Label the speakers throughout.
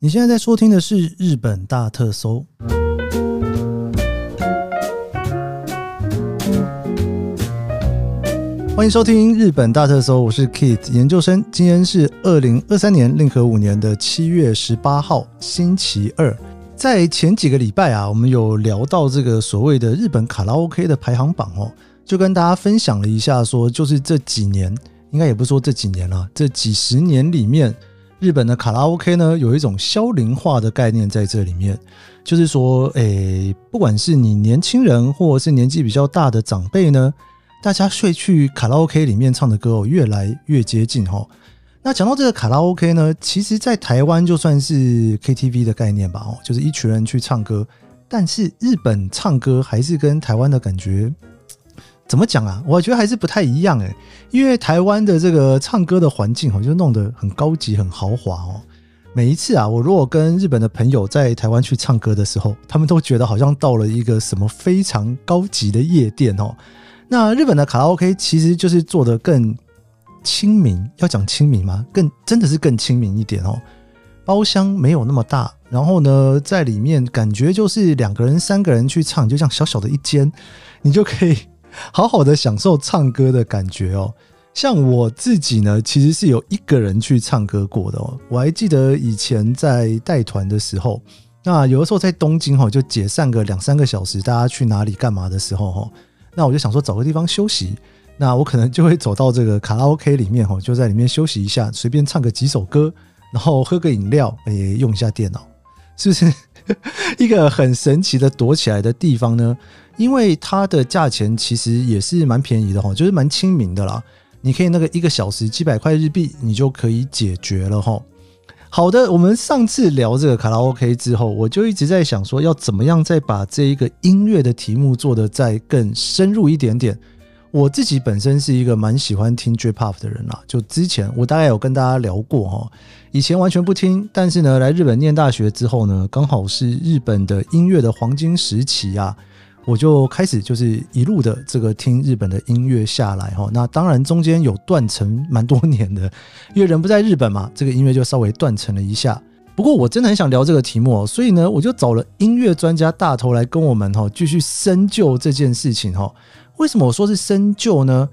Speaker 1: 你现在在收听的是《日本大特搜》。欢迎收听《日本大特搜》，我是 Kit 研究生。今天是二零二三年令和五年的七月十八号，星期二。在前几个礼拜啊，我们有聊到这个所谓的日本卡拉 OK 的排行榜哦，就跟大家分享了一下说，就是这几年，应该也不是说这几年啦，这几十年里面，日本的卡拉 OK 呢有一种消龄化的概念在这里面，就是说，诶，不管是你年轻人或者是年纪比较大的长辈呢，大家会去卡拉 OK 里面唱的歌哦，越来越接近哦。那讲到这个卡拉 OK 呢，其实，在台湾就算是 KTV 的概念吧，哦，就是一群人去唱歌。但是日本唱歌还是跟台湾的感觉怎么讲啊？我觉得还是不太一样诶，因为台湾的这个唱歌的环境哦，就弄得很高级、很豪华哦。每一次啊，我如果跟日本的朋友在台湾去唱歌的时候，他们都觉得好像到了一个什么非常高级的夜店哦。那日本的卡拉 OK 其实就是做的更亲民，要讲亲民吗？更真的是更亲民一点哦。包厢没有那么大，然后呢，在里面感觉就是两个人、三个人去唱，就像小小的一间，你就可以好好的享受唱歌的感觉哦。像我自己呢，其实是有一个人去唱歌过的哦。我还记得以前在带团的时候，那有的时候在东京哈、哦，就解散个两三个小时，大家去哪里干嘛的时候哈、哦，那我就想说找个地方休息，那我可能就会走到这个卡拉 OK 里面哈，哦就在里面休息一下，随便唱个几首歌，然后喝个饮料，也用一下电脑，是不是 一个很神奇的躲起来的地方呢？因为它的价钱其实也是蛮便宜的哈，哦就是蛮亲民的啦。你可以那个一个小时几百块日币，你就可以解决了哈。好的，我们上次聊这个卡拉 OK 之后，我就一直在想说，要怎么样再把这一个音乐的题目做得再更深入一点点。我自己本身是一个蛮喜欢听 J-pop 的人啦，就之前我大概有跟大家聊过哦哈，以前完全不听，但是呢，来日本念大学之后呢，刚好是日本的音乐的黄金时期啊，我就开始就是一路的这个听日本的音乐下来哈，那当然中间有断层蛮多年的，因为人不在日本嘛，这个音乐就稍微断层了一下。不过我真的很想聊这个题目、哦，所以呢，我就找了音乐专家大头来跟我们哈、哦、继续深究这件事情哈、哦。为什么我说是深究呢？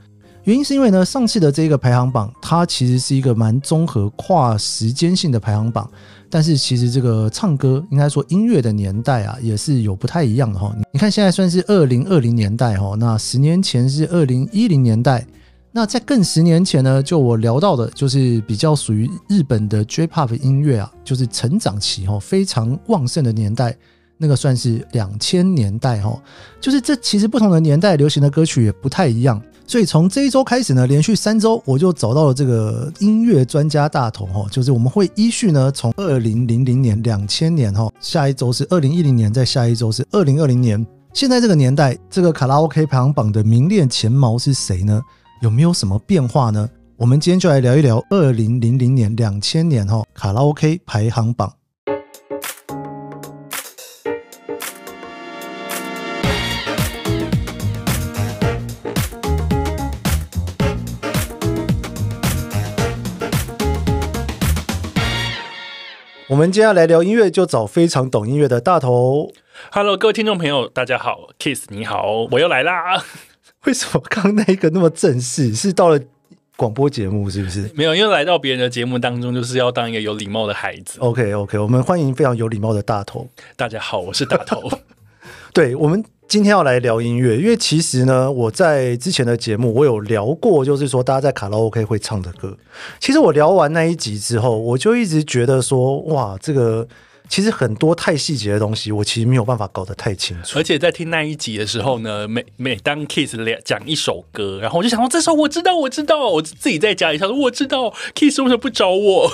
Speaker 1: 原因是因为呢，上次的这个排行榜，它其实是一个蛮综合、跨时间性的排行榜。但是其实这个唱歌，应该说音乐的年代啊，也是有不太一样的哈、哦。你看现在算是二零二零年代哈、哦，那十年前是二零一零年代，那在更十年前呢，就我聊到的就是比较属于日本的 J-pop 音乐啊，就是成长期哈、哦，非常旺盛的年代。那个算是两千年代哦哈、就是这其实不同的年代流行的歌曲也不太一样，所以从这一周开始呢，连续三周我就找到了这个音乐专家大头哈、就是我们会依序呢从二零零零年、两千年哈、下一周是二零一零年，再下一周是二零二零年。现在这个年代，这个卡拉 OK 排行榜的名列前茅是谁呢？有没有什么变化呢？我们今天就来聊一聊二零零零年、两千年哈、卡拉 OK 排行榜。我们接下来聊音乐，就找非常懂音乐的大头。哦
Speaker 2: Hello，各位听众朋友，大家好，Kiss 你好，我又来啦。
Speaker 1: 为什么刚那一个那么正式？是到了广播节目是不是
Speaker 2: 没有，因为来到别人的节目当中，就是要当一个有礼貌的孩子。
Speaker 1: ？OK OK，我们欢迎非常有礼貌的大头。
Speaker 2: 大家好，我是大头。
Speaker 1: 对我们今天要来聊音乐，因为其实呢，我在之前的节目我有聊过，就是说大家在卡拉 OK 会唱的歌。其实我聊完那一集之后，我就一直觉得说，哇，这个其实很多太细节的东西，我其实没有办法搞得太清 楚
Speaker 2: 而。且在听那一集的时候呢，每每当 Kiss 聊讲一首歌，然后我就想到这首我知道，我知道，我自己在家里想说我知道，Kiss 为什么不找我？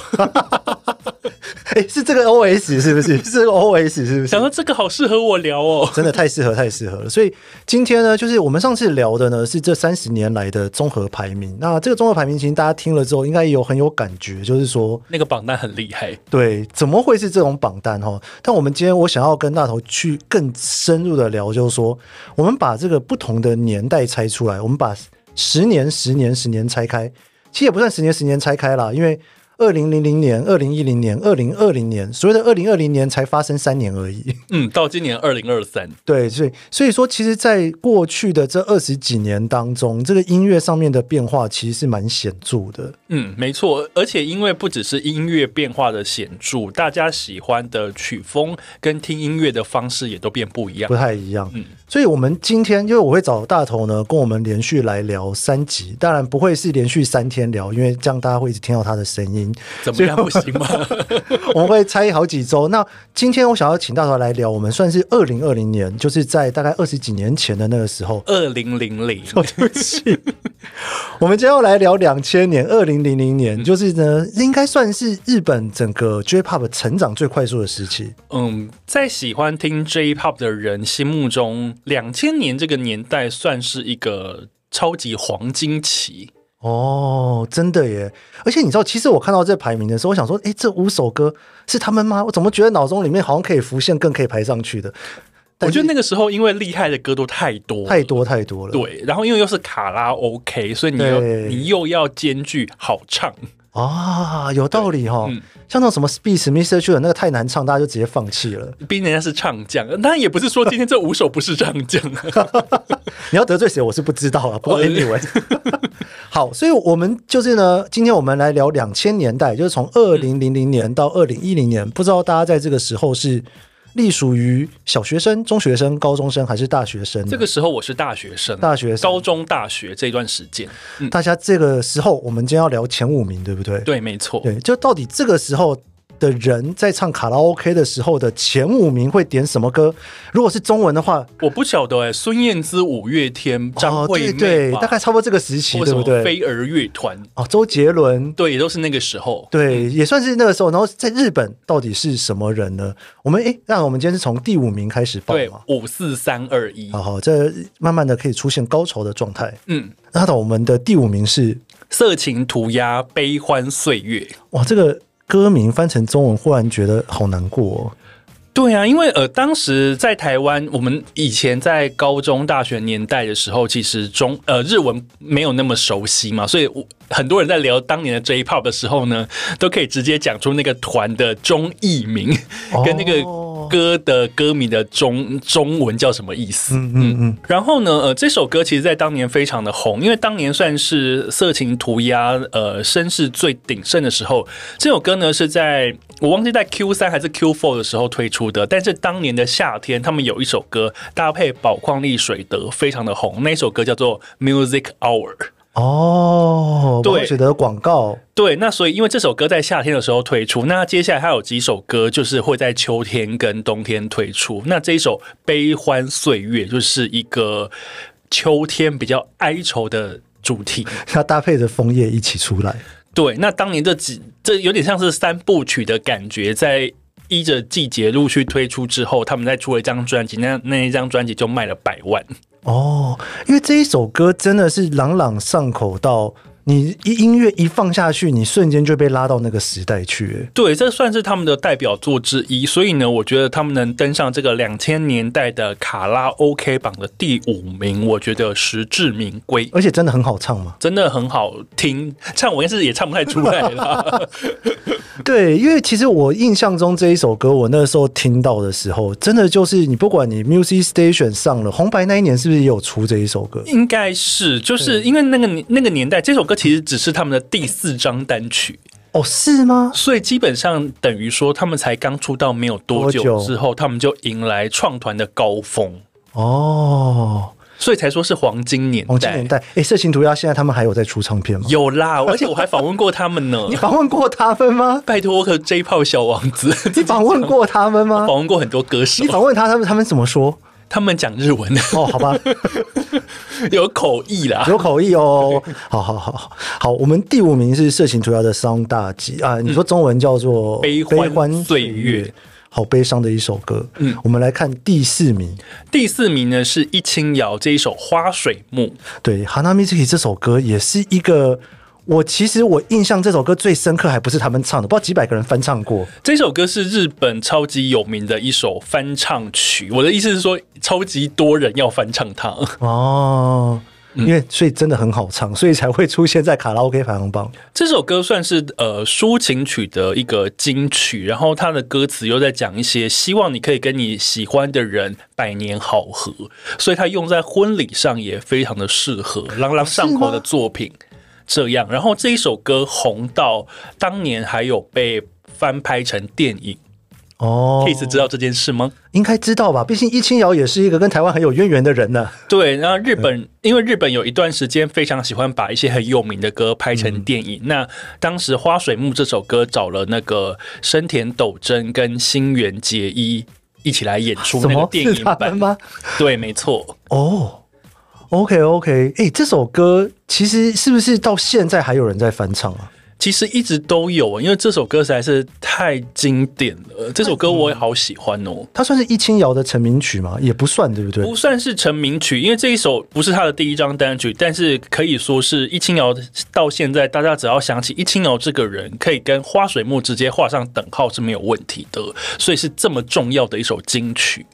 Speaker 1: 哎，是这个 OS 是不是？是这个 OS 是不是
Speaker 2: 想？到这个好适合我聊哦。
Speaker 1: 真的太适合，太适合了。所以今天呢，就是我们上次聊的呢，是这三十年来的综合排名。那这个综合排名，其实大家听了之后，应该也有很有感觉，就是说，
Speaker 2: 那个榜单很厉害，
Speaker 1: 对，怎么会是这种榜单哈？但我们今天我想要跟大头去更深入的聊，就是说，我们把这个不同的年代拆出来，我们把十年、十年、十年拆开，其实也不算十年、十年拆开啦，因为二零零零年、二零一零年、二零二零年，所谓的二零二零年才发生三年而已。
Speaker 2: 嗯，到今年二零二三，
Speaker 1: 对，所以所以说，其实，在过去的这二十几年当中，这个音乐上面的变化其实是蛮显著的。
Speaker 2: 嗯，没错，而且因为不只是音乐变化的显著，大家喜欢的曲风跟听音乐的方式也都变不一样
Speaker 1: 不。太一样。
Speaker 2: 嗯
Speaker 1: 所以我们今天因为我会找大头呢，跟我们连续来聊三集，当然不会是连续三天聊，因为这样大家会一直听到他的声音，
Speaker 2: 怎么样不行 吗？。
Speaker 1: 我们会拆好几周。那今天我想要请大头来聊，我们算是二零二零年，就是在大概二十几年前的那个时候
Speaker 2: 二零零零，
Speaker 1: 对不起， 我们今天要来聊两千年，二零零零
Speaker 2: 嗯
Speaker 1: 年，就是呢，应该算是日本整个 J-Pop 成长最快速的时期。
Speaker 2: 嗯，在喜欢听 J-pop 的人心目中，两千年这个年代算是一个超级黄金期。
Speaker 1: 哦，真的耶！而且你知道，其实我看到这排名的时候，我想说，诶，这五首歌是他们吗？我怎么觉得脑中里面好像可以浮现，更可以排上去的？
Speaker 2: 我
Speaker 1: 但
Speaker 2: 觉
Speaker 1: 是
Speaker 2: 得那个时候，因为厉害的歌都太多了
Speaker 1: 太多太多了。，
Speaker 2: 对，然后因为又是卡拉 OK，所以你又
Speaker 1: 对
Speaker 2: 你又要兼具好唱，
Speaker 1: 啊，有道理哈、
Speaker 2: 嗯
Speaker 1: 像那种什么 Speed Mr. Chu 的那个太难唱，大家就直接放弃了。
Speaker 2: 毕竟人家是唱将。当然也不是说今天这五首不是唱将，
Speaker 1: 你要得罪谁，我是不知道了。啊不过
Speaker 2: 哦
Speaker 1: anyway，好， 所以我们就是呢，今天我们来聊两千年代，就是从二零零零年到二零一零年，不知道大家在这个时候是隶属于小学生、中学生、高中生还是大学生呢？
Speaker 2: 这个时候我是大学生，
Speaker 1: 大学生
Speaker 2: 高中、大学这段时间，嗯，
Speaker 1: 大家这个时候，我们今天要聊前五名，对不对？
Speaker 2: 对，没错，
Speaker 1: 对就到底这个时候的人在唱卡拉 OK 的时候的前五名会点什么歌？如果是中文的话，
Speaker 2: 我不晓得哎、孙燕姿、五月天、张
Speaker 1: 哦，
Speaker 2: 惠
Speaker 1: 对
Speaker 2: 妹吧、
Speaker 1: 对，大概差不多这个时期，
Speaker 2: 或
Speaker 1: 对
Speaker 2: 什
Speaker 1: 不
Speaker 2: 么
Speaker 1: 对？
Speaker 2: 飞儿乐团，
Speaker 1: 哦，周杰伦。
Speaker 2: 对，也都是那个时候。
Speaker 1: 对，也算是那个时候。然后在日本到底是什么人呢？我们诶，那我们今天是从第五名开始报
Speaker 2: 对
Speaker 1: 嘛？，
Speaker 2: 五四三二一，
Speaker 1: 好好，这慢慢的可以出现高潮的状态。
Speaker 2: 嗯，
Speaker 1: 那到我们的第五名是
Speaker 2: 色情涂鸦，悲欢岁月。
Speaker 1: 哇，这个歌名翻成中文，忽然觉得好难过、哦。
Speaker 2: 对啊，因为呃，当时在台湾，我们以前在高中、大学年代的时候，其实中呃日文没有那么熟悉嘛，所以我很多人在聊当年的 J-pop 的时候呢，都可以直接讲出那个团的中译名、
Speaker 1: 哦
Speaker 2: 跟那个歌的歌名的中中文叫什么意思。
Speaker 1: 嗯嗯嗯，
Speaker 2: 然后呢，呃，这首歌其实，在当年非常的红，因为当年算是色情涂鸦呃声势最鼎盛的时候。这首歌呢是在我忘记在 Q 三还是 Q four 的时候推出的，但是当年的夏天，他们有一首歌搭配宝矿力水德，非常的红。那一首歌叫做《Music Hour》。
Speaker 1: 哦，
Speaker 2: 对
Speaker 1: 我觉得广告
Speaker 2: 对，那所以因为这首歌在夏天的时候推出，那接下来还有几首歌就是会在秋天跟冬天推出。那这一首《悲欢岁月》就是一个秋天比较哀愁的主题。
Speaker 1: 它搭配着枫叶一起出来，
Speaker 2: 对，那当年这几这有点像是三部曲的感觉，在依着季节陆续推出之后，他们再出了一张专辑，那那一张专辑就卖了百万。
Speaker 1: 哦，因为这一首歌真的是朗朗上口到。你一音乐一放下去，你瞬间就被拉到那个时代去。
Speaker 2: 对，这算是他们的代表作之一。所以呢，我觉得他们能登上这个两千年代的卡拉 OK 榜的第五名，我觉得实至名归。
Speaker 1: 而且真的很好唱嘛。
Speaker 2: 真的很好听，唱我也是也唱不太出来 啦。
Speaker 1: 对，因为其实我印象中这一首歌，我那时候听到的时候，真的就是你不管你 Music Station 上了红白那一年，是不是也有出这一首歌？
Speaker 2: 应该是，就是因为那个年那个年代，这首歌其实只是他们的第四张单曲，
Speaker 1: 哦，是吗？
Speaker 2: 所以基本上等于说，他们才刚出道没有多久
Speaker 1: 多久
Speaker 2: 之后，他们就迎来创团的高峰，
Speaker 1: 哦，
Speaker 2: 所以才说是黄金年代。
Speaker 1: 黄金年代。哎，色情涂鸦现在他们还有在出唱片吗？
Speaker 2: 有啦，而且我还访问过他 们呢
Speaker 1: 你。访问过他们吗？
Speaker 2: 拜托，我可 J 炮小王 子，
Speaker 1: 你访问过他们吗？
Speaker 2: 访问过很多歌手
Speaker 1: 你，访问他，他们他们怎么说？
Speaker 2: 他们讲日文
Speaker 1: 哦，好吧，
Speaker 2: 有口译啦。
Speaker 1: 有口译 哦。好好好好好，我们第五名是色情涂鸦的《伤大吉》啊，你说中文叫做《
Speaker 2: 嗯悲欢岁月》，
Speaker 1: 好悲伤的一首歌。嗯，我们来看第四名，
Speaker 2: 第四名呢是一清瑶这一首《花水木》，
Speaker 1: 对《Hana Mizuki》这首歌也是一个。我其实我印象这首歌最深刻，还不是他们唱的，不知道几百个人翻唱过。
Speaker 2: 这首歌是日本超级有名的一首嗯翻唱曲。我的意思是说，超级多人要翻唱它。
Speaker 1: 哦，
Speaker 2: 嗯
Speaker 1: 因为所以真的很好唱，所以才会出现在卡拉 OK 排行榜。
Speaker 2: 这首歌算是呃抒情曲的一个金曲，然后它的歌词又在讲一些希望你可以跟你喜欢的人百年好合，所以它用在婚礼上也非常的适合，朗朗上口的作品。这样，然后这一首歌红到当年还有被翻拍成电影
Speaker 1: 哦
Speaker 2: k i s s 知道这件事吗？
Speaker 1: 应该知道吧？毕竟易清瑶也是一个跟台湾很有渊源的人呢、
Speaker 2: 对，然后日本、
Speaker 1: 嗯
Speaker 2: 因为日本有一段时间非常喜欢把一些很有名的歌拍成电影。
Speaker 1: 嗯
Speaker 2: 那当时《花水木》这首歌找了那个深田斗真跟新垣结衣一起来演出
Speaker 1: 什
Speaker 2: 那个
Speaker 1: 么
Speaker 2: 电
Speaker 1: 是
Speaker 2: 影
Speaker 1: 他们
Speaker 2: 版。
Speaker 1: 吗？
Speaker 2: 对，没错，
Speaker 1: 哦，OK OK，哎、这首歌其实是不是到现在还有人在翻唱啊？
Speaker 2: 其实一直都有，因为这首歌实在是太经典了。这首歌我也好喜欢哦。
Speaker 1: 它算是易清瑶的成名曲吗？也不算，对不对？
Speaker 2: 不算是成名曲，因为这一首不是他的第一张单曲，但是可以说是易清瑶到现在，大家只要想起易清瑶这个人，可以跟花水木直接画上等号是没有问题的，所以是这么重要的一首金曲。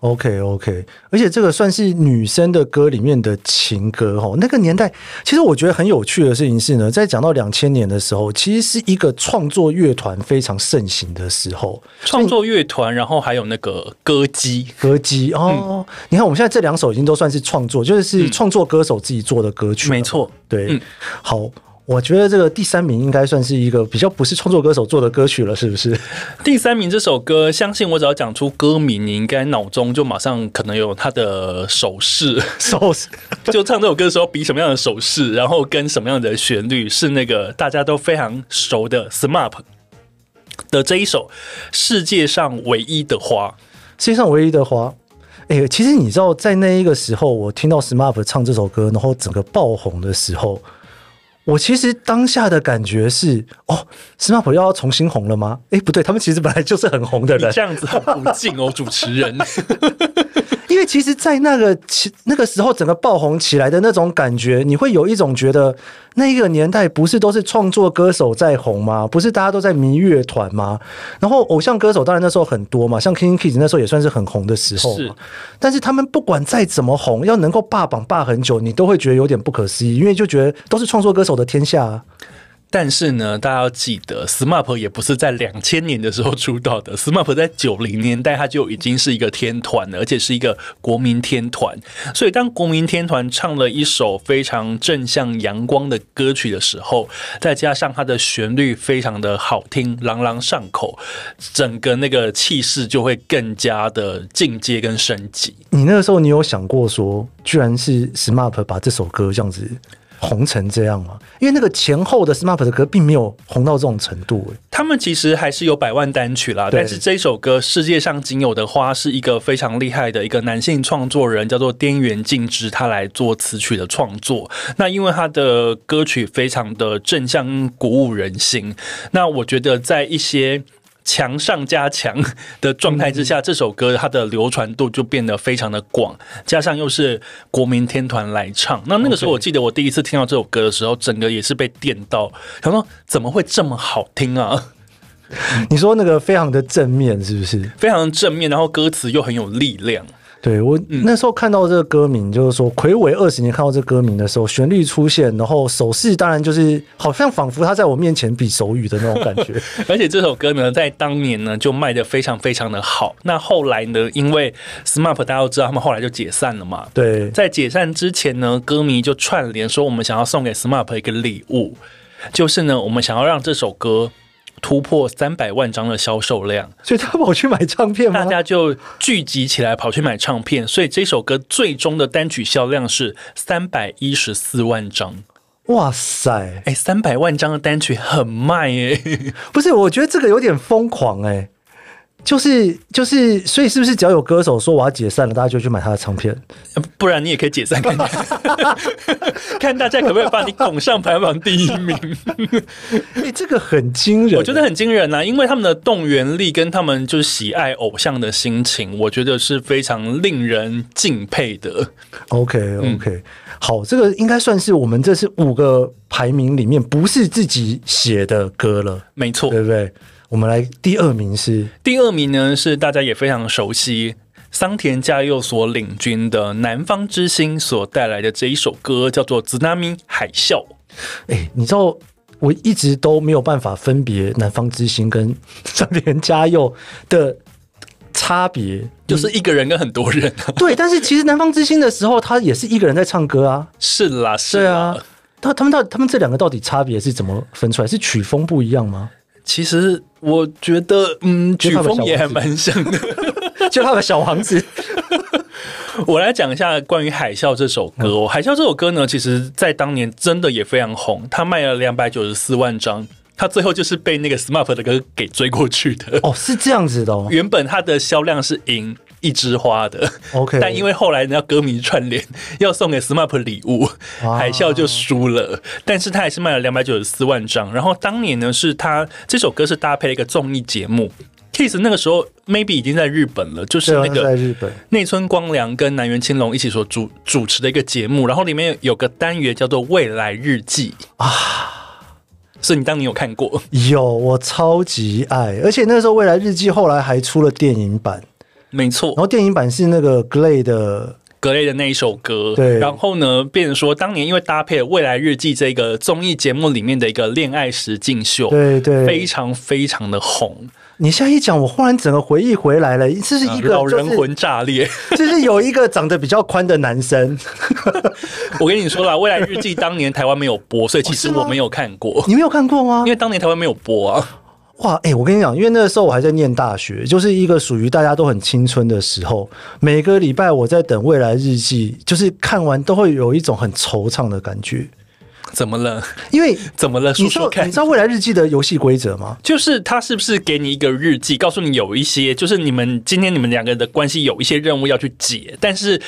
Speaker 1: OK OK，而且这个算是女生的歌里面的情歌哦。那个年代，其实我觉得很有趣的事情是呢，在讲到两千年的时候，其实是一个创作乐团非常盛行的时候。
Speaker 2: 创作乐团，然后还有那个歌姬，
Speaker 1: 歌姬哦，
Speaker 2: 嗯
Speaker 1: 你看我们现在这两首已经都算是创作，就是是创作歌手自己做的歌曲了嘛、
Speaker 2: 没错
Speaker 1: 对，
Speaker 2: 嗯
Speaker 1: 好。我觉得这个第三名应该算是一个比较不是创作歌手做的歌曲了，是不是？
Speaker 2: 第三名这首歌，呃相信我只要讲出歌名，你应该脑中就马上可能有他的手势。
Speaker 1: 手势
Speaker 2: 就唱这首歌的时候比什么样的手势，然后跟什么样的旋律，是那个大家都非常熟的 SMAP 的这一首《世界上唯一的花》。
Speaker 1: 世界上唯一的花。哎、其实你知道，在那一个时候，我听到 SMAP 唱这首歌，然后整个爆红的时候，我其实当下的感觉是，哦，SMAP 要重新红了吗？哎、不对，他们其实本来就是很红的
Speaker 2: 你
Speaker 1: 人
Speaker 2: 这，样子很不敬哦，主持人。
Speaker 1: 因为其实，在那个起那个时候，整个爆红起来的那种感觉，你会有一种觉得，那一个年代不是都是创作歌手在红吗？不是大家都在迷乐团吗？然后偶像歌手当然那时候很多嘛，像 King Kids 那时候也算是很红的时候
Speaker 2: 是
Speaker 1: 嘛。但是他们不管再怎么红，要能够霸榜霸很久，你都会觉得有点不可思议，因为就觉得都是创作歌手的天下、啊。
Speaker 2: 但是呢，大家要记得，SMAP 也不是在两千年的时候出道的，SMAP 在九零年代它就已经是一个天团了，而且是一个国民天团。所以当国民天团唱了一首非常正向阳光的歌曲的时候，再加上它的旋律非常的好听，朗朗上口，整个那个气势就会更加的进阶跟升级。
Speaker 1: 你那个时候，你有想过说，居然是 SMAP 把这首歌这样子红成这样吗？因为那个前后的 SMAP 的歌并没有红到这种程度、欸
Speaker 2: 他们其实还是有百万单曲啦，
Speaker 1: 对
Speaker 2: 但是这首歌《世界上仅有的花》是一个非常厉害的一个男性创作人，叫做滇原敬之，他来做词曲的创作。那因为他的歌曲非常的正向鼓舞人心，那我觉得在一些。强上加强的状态之下，这首歌它的流传度就变得非常的广，加上又是国民天团来唱，那那个时候我记得我第一次听到这首歌的时候，整个也是被电到，想说怎么会这么好听啊？
Speaker 1: 你说那个非常的正面，是不是？
Speaker 2: 非常正面，然后歌词又很有力量。
Speaker 1: 对我
Speaker 2: 嗯
Speaker 1: 那时候看到这个歌名，就是说魁违二十年看到这歌名的时候，旋律出现，然后手势当然就是好像仿佛他在我面前比手语的那种感 觉。
Speaker 2: 而且这首歌呢，在当年呢就卖的非常非常的好。那后来呢，因为 SMAP 大家都知道，他们后来就解散了嘛。
Speaker 1: 对，
Speaker 2: 在解散之前呢，歌迷就串联说，我们想要送给 SMAP 一个礼物，就是呢，我们想要让这首歌突破三百万张的销售量。
Speaker 1: 所以他跑去买唱片吗
Speaker 2: 大？家就聚集起来跑去买唱片，所以这首歌最终的单曲销量是三百一十四万张。
Speaker 1: 哇塞，
Speaker 2: 哎，三百万张的单曲很卖耶、
Speaker 1: 不是，我觉得这个有点疯狂哎、就是就是，所以是不是只要有歌手说我要解散了，大家就去买他的唱 片？
Speaker 2: 呃不然你也可以解散 看看，看大家可不可以把你拱上排行榜第一名。
Speaker 1: 哎、这个很惊人，欸
Speaker 2: 我觉得很惊人呐、因为他们的动员力跟他们就是喜爱偶像的心情，我觉得是非常令人敬佩的。
Speaker 1: OK
Speaker 2: 嗯
Speaker 1: OK，、好，这个应该算是我们这是五个排名里面不是自己写的歌了，
Speaker 2: 没错，
Speaker 1: 对不对？我们来第二名是
Speaker 2: 第二名呢是大家也非常熟悉桑田佳佑所领军的南方之星所带来的这一首歌，叫做《津波海啸》。
Speaker 1: 哎、你知道我一直都没有办法分别南方之星跟上田嘉佑的差别，
Speaker 2: 就是一个人跟很多人、啊，
Speaker 1: 对。但是其实南方之星的时候，他也是一个人在唱歌啊，
Speaker 2: 是啦，是
Speaker 1: 对
Speaker 2: 啦。
Speaker 1: 啊。他他们到他们这两个到底差别是怎么分出来？是曲风不一样 吗？
Speaker 2: 其实我觉得，嗯，
Speaker 1: 就
Speaker 2: 曲
Speaker 1: 他们
Speaker 2: 风也
Speaker 1: 小
Speaker 2: 还
Speaker 1: 王子
Speaker 2: 蛮像的。
Speaker 1: 就他的小王子，
Speaker 2: 我来讲一下关于《海啸》这首歌、哦。
Speaker 1: 嗯
Speaker 2: 海啸》这首歌呢，其实在当年真的也非常红，它卖了两百九十四万张。它最后就是被那个 SMAP 的歌给追过去的。
Speaker 1: 哦，是这样子的哦。
Speaker 2: 原本它的销量是赢一枝花的
Speaker 1: OK
Speaker 2: 但因为后来人家歌迷串联要送给 SMAP 礼物，
Speaker 1: 哇
Speaker 2: 海啸就输了。但是它还是卖了两百九十四万张。然后当年呢，是它这首歌是搭配了一个综艺节目。Kiss 那个时候 maybe 已经在日本了，就是
Speaker 1: 对啊，
Speaker 2: 那个
Speaker 1: 在日本，
Speaker 2: 内村光良跟南原青龙一起所主主持的一个节目，然后里面有个单元叫做《未来日记》啊，所以你当年有看过？
Speaker 1: 有我超级爱，而且那时候《未来日记》后来还出了电影版，
Speaker 2: 没错
Speaker 1: 然，后电影版是那个 Glay 的，
Speaker 2: 格雷的那一首歌，
Speaker 1: 对
Speaker 2: 然后呢，变成说当年因为搭配了《未来日记》这个综艺节目里面的一个恋爱实境秀，
Speaker 1: 对
Speaker 2: 非
Speaker 1: 对。
Speaker 2: 常非常的红，
Speaker 1: 你现在一讲，我忽然整个回忆回来了，这是一个、
Speaker 2: 老
Speaker 1: 就是、
Speaker 2: 人魂炸裂。
Speaker 1: 就是有一个长得比较宽的男 生，
Speaker 2: 我跟你说啦，《未来日记》当年台湾没有播，所以其
Speaker 1: 哦
Speaker 2: 实
Speaker 1: 是吗
Speaker 2: 我没有看过，
Speaker 1: 你没有看过吗
Speaker 2: 因？为当年台湾没有播啊。
Speaker 1: 哇，哎、我跟你讲，因为那个时候我还在念大学，就是一个属于大家都很青春的时候。每个礼拜我在等《未来日记》，就是看完都会有一种很惆怅的感觉，
Speaker 2: 怎么了？
Speaker 1: 因为
Speaker 2: 怎么了？
Speaker 1: 你
Speaker 2: 说
Speaker 1: 知
Speaker 2: 说
Speaker 1: 道
Speaker 2: 看
Speaker 1: 你知。道《未来日记》的游戏规则吗？
Speaker 2: 就是他是不是给你一个日记，告诉你有一些，就是你们今天你们两个人的关系有一些任务要去解，但是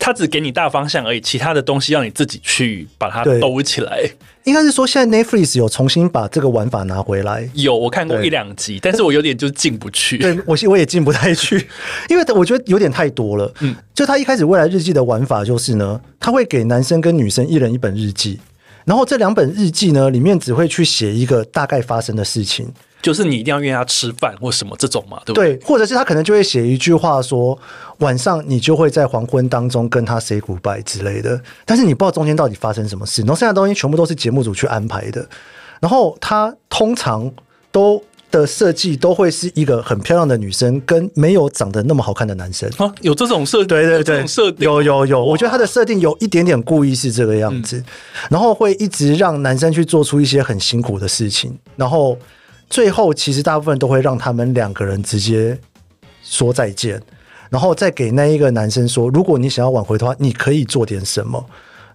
Speaker 2: 他只给你大方向而已，其他的东西让你自己去把它
Speaker 1: 对
Speaker 2: 兜起来。
Speaker 1: 应该是说现在 Netflix 有重新把这个玩法拿回来。
Speaker 2: 有我看过
Speaker 1: 对
Speaker 2: 一两集，但是我有点就进不去。
Speaker 1: 对我我也进不太去，因为我觉得有点太多了。嗯，就他一开始未来日记的玩法就是呢，他会给男生跟女生一人一本日记，然后这两本日记呢里面只会去写一个大概发生的事情，
Speaker 2: 就是你一定要约他吃饭或什么这种嘛，对不对？
Speaker 1: 对，或者是他可能就会写一句话说，晚上你就会在黄昏当中跟他 say goodbye 之类的，但是你不知道中间到底发生什么事，然后剩下的东西全部都是节目组去安排的，然后他通常都。的设计都会是一个很漂亮的女生跟没有长得那么好看的男生，
Speaker 2: 啊，有这种设，
Speaker 1: 对对
Speaker 2: 有这
Speaker 1: 对，
Speaker 2: 种设定。
Speaker 1: 有有有，我觉得他的设定有一点点故意是这个样
Speaker 2: 嗯
Speaker 1: 子，然后会一直让男生去做出一些很辛苦的事情，然后最后其实大部分都会让他们两个人直接说再见，然后再给那一个男生说，如果你想要挽回的话，你可以做点什么。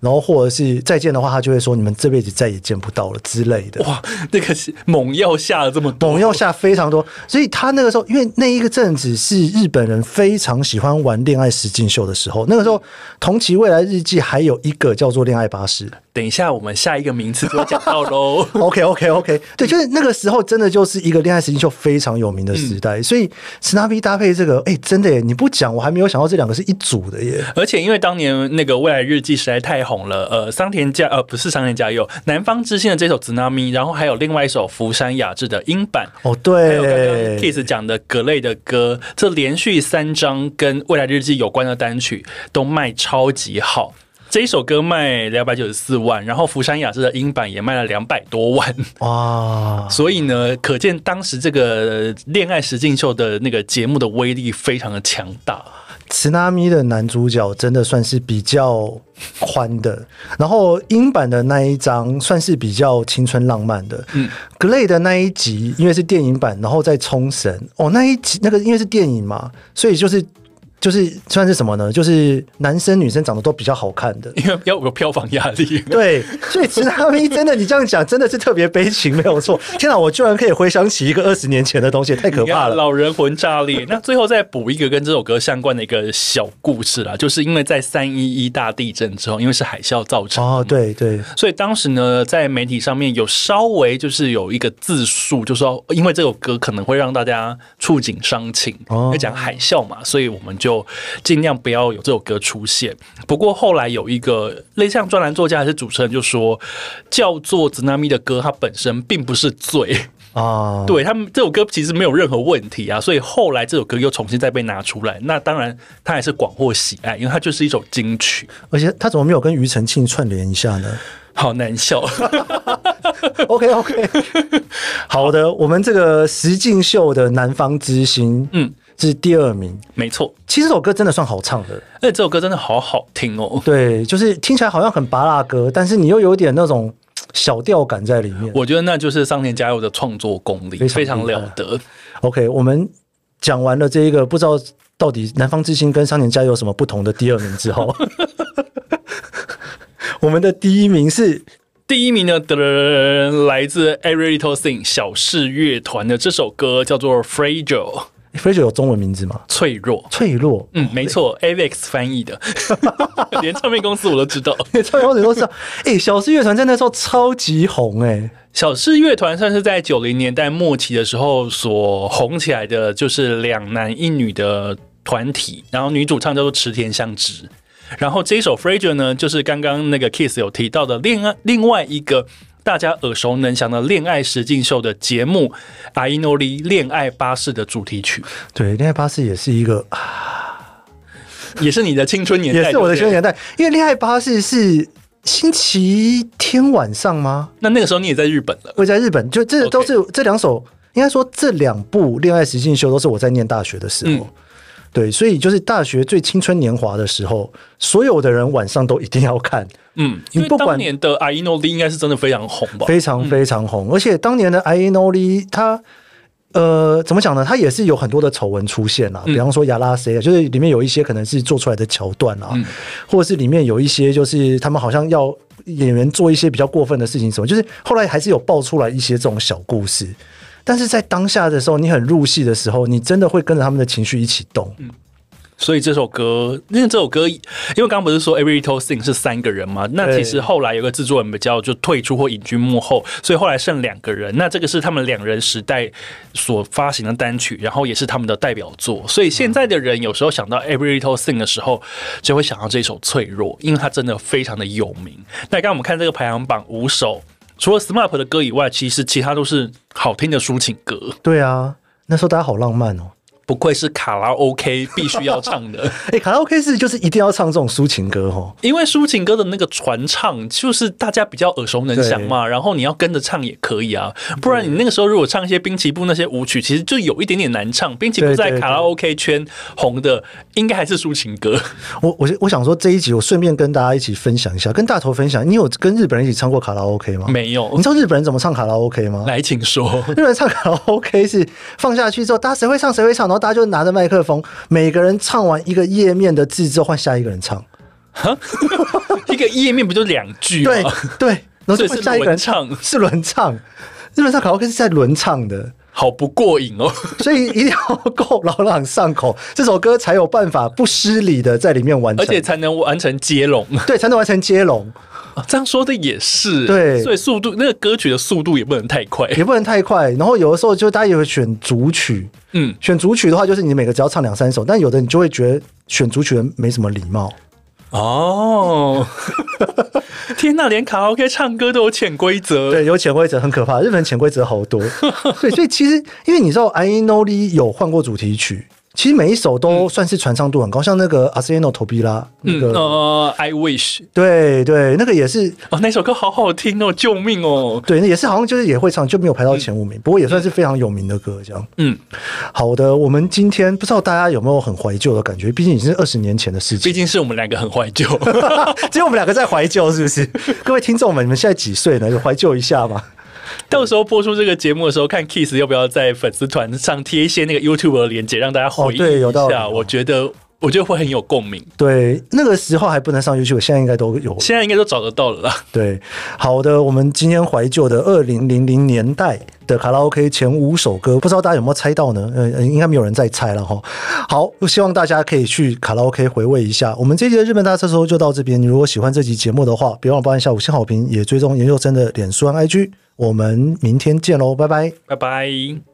Speaker 1: 然后或者是再见的话，他就会说你们这辈子再也见不到了之类的。
Speaker 2: 哇，那个是猛药下了这么多，
Speaker 1: 猛药下非常多，所以他那个时候，因为那一个阵子是日本人非常喜欢玩恋爱实境秀的时候，那个时候同期未来日记还有一个叫做恋爱巴士。
Speaker 2: 等一下我们下一个名词就会讲到喽。
Speaker 1: OK OK OK，对，就是那个时候真的就是一个恋爱实境秀非常有名的时代，所以 Snappy 搭配这个，哎、真的耶，你不讲我还没有想到这两个是一组的耶。
Speaker 2: 而且因为当年那个《未来日记》实在太红了，呃，桑田佳呃不是桑田佳佑，南方之星的这首《津波》，然后还有另外一首福山雅治的英版。
Speaker 1: 哦，
Speaker 2: 嗯还有刚刚
Speaker 1: 对，
Speaker 2: Kiss 讲的格类的歌，这连续三张跟《未来日记》有关的单曲都卖超级好。这一首歌卖两百九十四万，然后福山雅治的英版也卖了两百多万，
Speaker 1: 哦哇，
Speaker 2: 所以呢，可见当时这个呃恋爱实境秀的那个节目的威力非常的强大。
Speaker 1: 慈纳咪的男主角真的算是比较宽的， 然后英版的那一张算是比较青春浪漫的。嗯，Glay 的那一集因为是电影版，然后在冲绳哦，那一集那个因为是电影嘛，所以就是就是算是什么呢？就是男生女生长得都比较好看的。
Speaker 2: 因为要有票房压力，
Speaker 1: 对，所以慈纳咪真的，你这样讲真的是特别悲情，没有错。天哪，我居然可以回想起一个二十年前的东西，太可
Speaker 2: 你
Speaker 1: 怕
Speaker 2: 看
Speaker 1: 了。
Speaker 2: 老人魂炸裂。 那最后再补一个跟这首歌相关的一个小故事啦，就是因为在三一一大地震之后，因为是海啸造成。
Speaker 1: 哦，对对，
Speaker 2: 所以当时呢，在媒体上面有稍微就是有一个自述，就说哦因为这首歌可能会让大家触景伤情，
Speaker 1: 哦
Speaker 2: 要讲海啸嘛，所以我们就尽量不要有这首歌出现。不过后来有一个类似像专栏作家还是主持人就说，叫做《津波》的歌，它本身并不是罪。
Speaker 1: 啊，
Speaker 2: 对他们这首歌其实没有任何问题啊，所以后来这首歌又重新再被拿出来，那当然它还是广获喜爱，因为它就是一首金曲，
Speaker 1: 而且他怎么没有跟庾澄庆串联一下呢
Speaker 2: 好难笑。
Speaker 1: ？OK OK，好的，我们这个石敬秀的《南方之星》
Speaker 2: 嗯，
Speaker 1: 是第二名。
Speaker 2: 没错，
Speaker 1: 其实这首歌真的算好唱的，
Speaker 2: 而且这首歌真的好好听哦。
Speaker 1: 对，就是听起来好像很拔辣歌，但是你又有点那种小调感在里面。
Speaker 2: 我觉得那就是桑田佳佑的创作功力
Speaker 1: 非常
Speaker 2: 非常
Speaker 1: 厉害
Speaker 2: 了得。
Speaker 1: OK，我们讲完了这一个不知道到底南方之星跟商年家有什么不同的第二名之后，我们的第一名是
Speaker 2: 第一名呢，噔来自 Every Little Thing 小室乐团的这首歌叫做《Fragile
Speaker 1: f r a s e r 有中文名字吗？
Speaker 2: 脆弱》。
Speaker 1: 脆弱。
Speaker 2: 嗯，没错，Avex 翻 译的，连唱片公司我都知道。
Speaker 1: 超有点都知 道，哎、小狮乐团在那时候超级红哎、
Speaker 2: 小室乐团算是在九零年代末期的时候所红起来的，就是两男一女的团体，然后女主唱叫做池田香织。然后这一首《Fragile》呢，就是刚刚那个 Kiss 有提到的恋爱另外一个大家耳熟能详的恋爱实境秀的节目《阿伊诺里恋爱巴士》的主题曲，
Speaker 1: 对，恋爱巴士也是一个，啊
Speaker 2: 也是你的青春年代，
Speaker 1: 也是我的
Speaker 2: 对
Speaker 1: 学
Speaker 2: 不
Speaker 1: 生
Speaker 2: 对
Speaker 1: 年代，因为恋爱巴士是星期天晚上吗？
Speaker 2: 那那个时候你也在日本了，
Speaker 1: 我在日本，就这
Speaker 2: OK
Speaker 1: 都是这两首，应该说这两部恋爱实境秀都是我在念大学的时候。
Speaker 2: 嗯
Speaker 1: 对，所以就是大学最青春年华的时候，所有的人晚上都一定要看，
Speaker 2: 嗯，
Speaker 1: 你
Speaker 2: 因为
Speaker 1: 不管
Speaker 2: 当年的《阿伊诺里》应该是真的非常红吧？
Speaker 1: 非常非常红。而且当年的 I Know Lee，他呃怎么讲呢？他也是有很多的丑闻出现啦，
Speaker 2: 嗯
Speaker 1: 比方说亚拉谁啊，就是里面有一些可能是做出来的桥段啊，
Speaker 2: 嗯
Speaker 1: 或者是里面有一些就是他们好像要演员做一些比较过分的事情什么，就是后来还是有爆出来一些这种小故事。但是在当下的时候，你很入戏的时候，你真的会跟着他们的情绪一起动。
Speaker 2: 嗯所以这首歌，因为这首歌，因为刚刚不是说 Every Little Thing 是三个人嘛？那
Speaker 1: 对
Speaker 2: 其实后来有个制作人比较就退出或隐居幕后，所以后来剩两个人。那这个是他们两人时代所发行的单曲，然后也是他们的代表作。所以现在的人有时候想到 Every Little Thing 的时候，就会想到这首《脆弱》，因为它真的非常的有名。那刚刚我们看这个排行榜五首，除了 SMAP 的歌以外，其实其他都是好听的抒情歌，
Speaker 1: 对啊，那时候大家好浪漫哦。
Speaker 2: 不愧是卡拉 OK 必须要唱的。
Speaker 1: 哎、卡拉 OK 是就是一定要唱这种抒情歌哦。
Speaker 2: 因为抒情歌的那个传唱，就是大家比较耳熟能详嘛，然后你要跟着唱也可以啊，不然你那个时候如果唱一些滨崎步那些舞曲，其实就有一点点难唱。滨崎步
Speaker 1: 对
Speaker 2: 在
Speaker 1: 对
Speaker 2: 卡拉 OK 圈红的，应该还是抒情 歌。
Speaker 1: 我我我想说这一集我顺便跟大家一起分享一下，跟大头分享，你有跟日本人一起唱过卡拉 OK 吗？。
Speaker 2: 没
Speaker 1: 你
Speaker 2: 有
Speaker 1: 知，道日本人怎么唱卡拉 OK 吗？
Speaker 2: 来，请 说。
Speaker 1: 日本人唱卡拉 OK 是放下去之后，大家谁会唱谁会唱，然后大家就拿着麦克风，每个人唱完一个页面的字之后，换下一个人唱。
Speaker 2: 一个页面不就两句吗？
Speaker 1: 对 对，然后就
Speaker 2: 所以
Speaker 1: 换
Speaker 2: 是
Speaker 1: 下一个人
Speaker 2: 轮，唱，
Speaker 1: 是轮唱。日本唱卡拉 OK 是在轮唱的，
Speaker 2: 好不过瘾 哦。
Speaker 1: 所以一定要够朗朗上口，这首歌才有办法不失礼的在里面完成，
Speaker 2: 而且才能完成接龙，
Speaker 1: 对才能完成接龙。
Speaker 2: 啊这样说的也是。
Speaker 1: 对
Speaker 2: 所以速度那个歌曲的速度也不能太快。
Speaker 1: 也不能太快。然后有的时候就大家也会选主曲，
Speaker 2: 嗯，
Speaker 1: 选主曲的话就是你每个只要唱两三首，但有的你就会觉得选主曲的没什么礼貌。
Speaker 2: 哦， 天呐，连卡拉 OK 唱歌都有潜规则。
Speaker 1: 对，有潜规则很可怕，日本人潜规则好多。对，所以其实因为你知道 I Know Lee 有换过主题曲。其实每一首都算是传唱度很高，像那个阿斯 n o 头皮拉那
Speaker 2: 嗯，
Speaker 1: 个，
Speaker 2: 呃，I wish，
Speaker 1: 对对，那个也是
Speaker 2: 哦，那首歌好好听哦，救命哦，
Speaker 1: 对，那也是好像就是也会唱，就没有排到前五名，不过也算是非常有名的歌。这样
Speaker 2: 嗯，
Speaker 1: 好的，我们今天不知道大家有没有很怀旧的感觉，毕竟已经是二十年前的事情
Speaker 2: 毕。竟是我们两个很怀 旧，
Speaker 1: 只有我们两个在怀旧，是不 是？各位听众们，你们现在几岁呢？有怀旧一下吗？
Speaker 2: 到时候播出这个节目的时候，看 Kiss 要不要在粉丝团上贴一些那个 YouTube 的链接，让大家回忆
Speaker 1: 哦对有
Speaker 2: 一
Speaker 1: 道理
Speaker 2: 下，
Speaker 1: 哦
Speaker 2: 我觉得。我觉得会很有共鸣，
Speaker 1: 对，那个时候还不能上 YouTube，现在应该都有。
Speaker 2: 现在应该都找得到了啦。
Speaker 1: 对，好的，我们今天怀旧的二零零零年代的卡拉 OK 前五首歌，不知道大家有没有猜到呢？呃，呃应该没有人在猜了哈。好，希望大家可以去卡拉 OK 回味一下。我们这一集的日本大车说就到这边。你如果喜欢这集节目的话，别忘了帮一下五星好评，也追踪研究生的脸书和 IG。我们明天见喽，拜拜。
Speaker 2: 拜拜。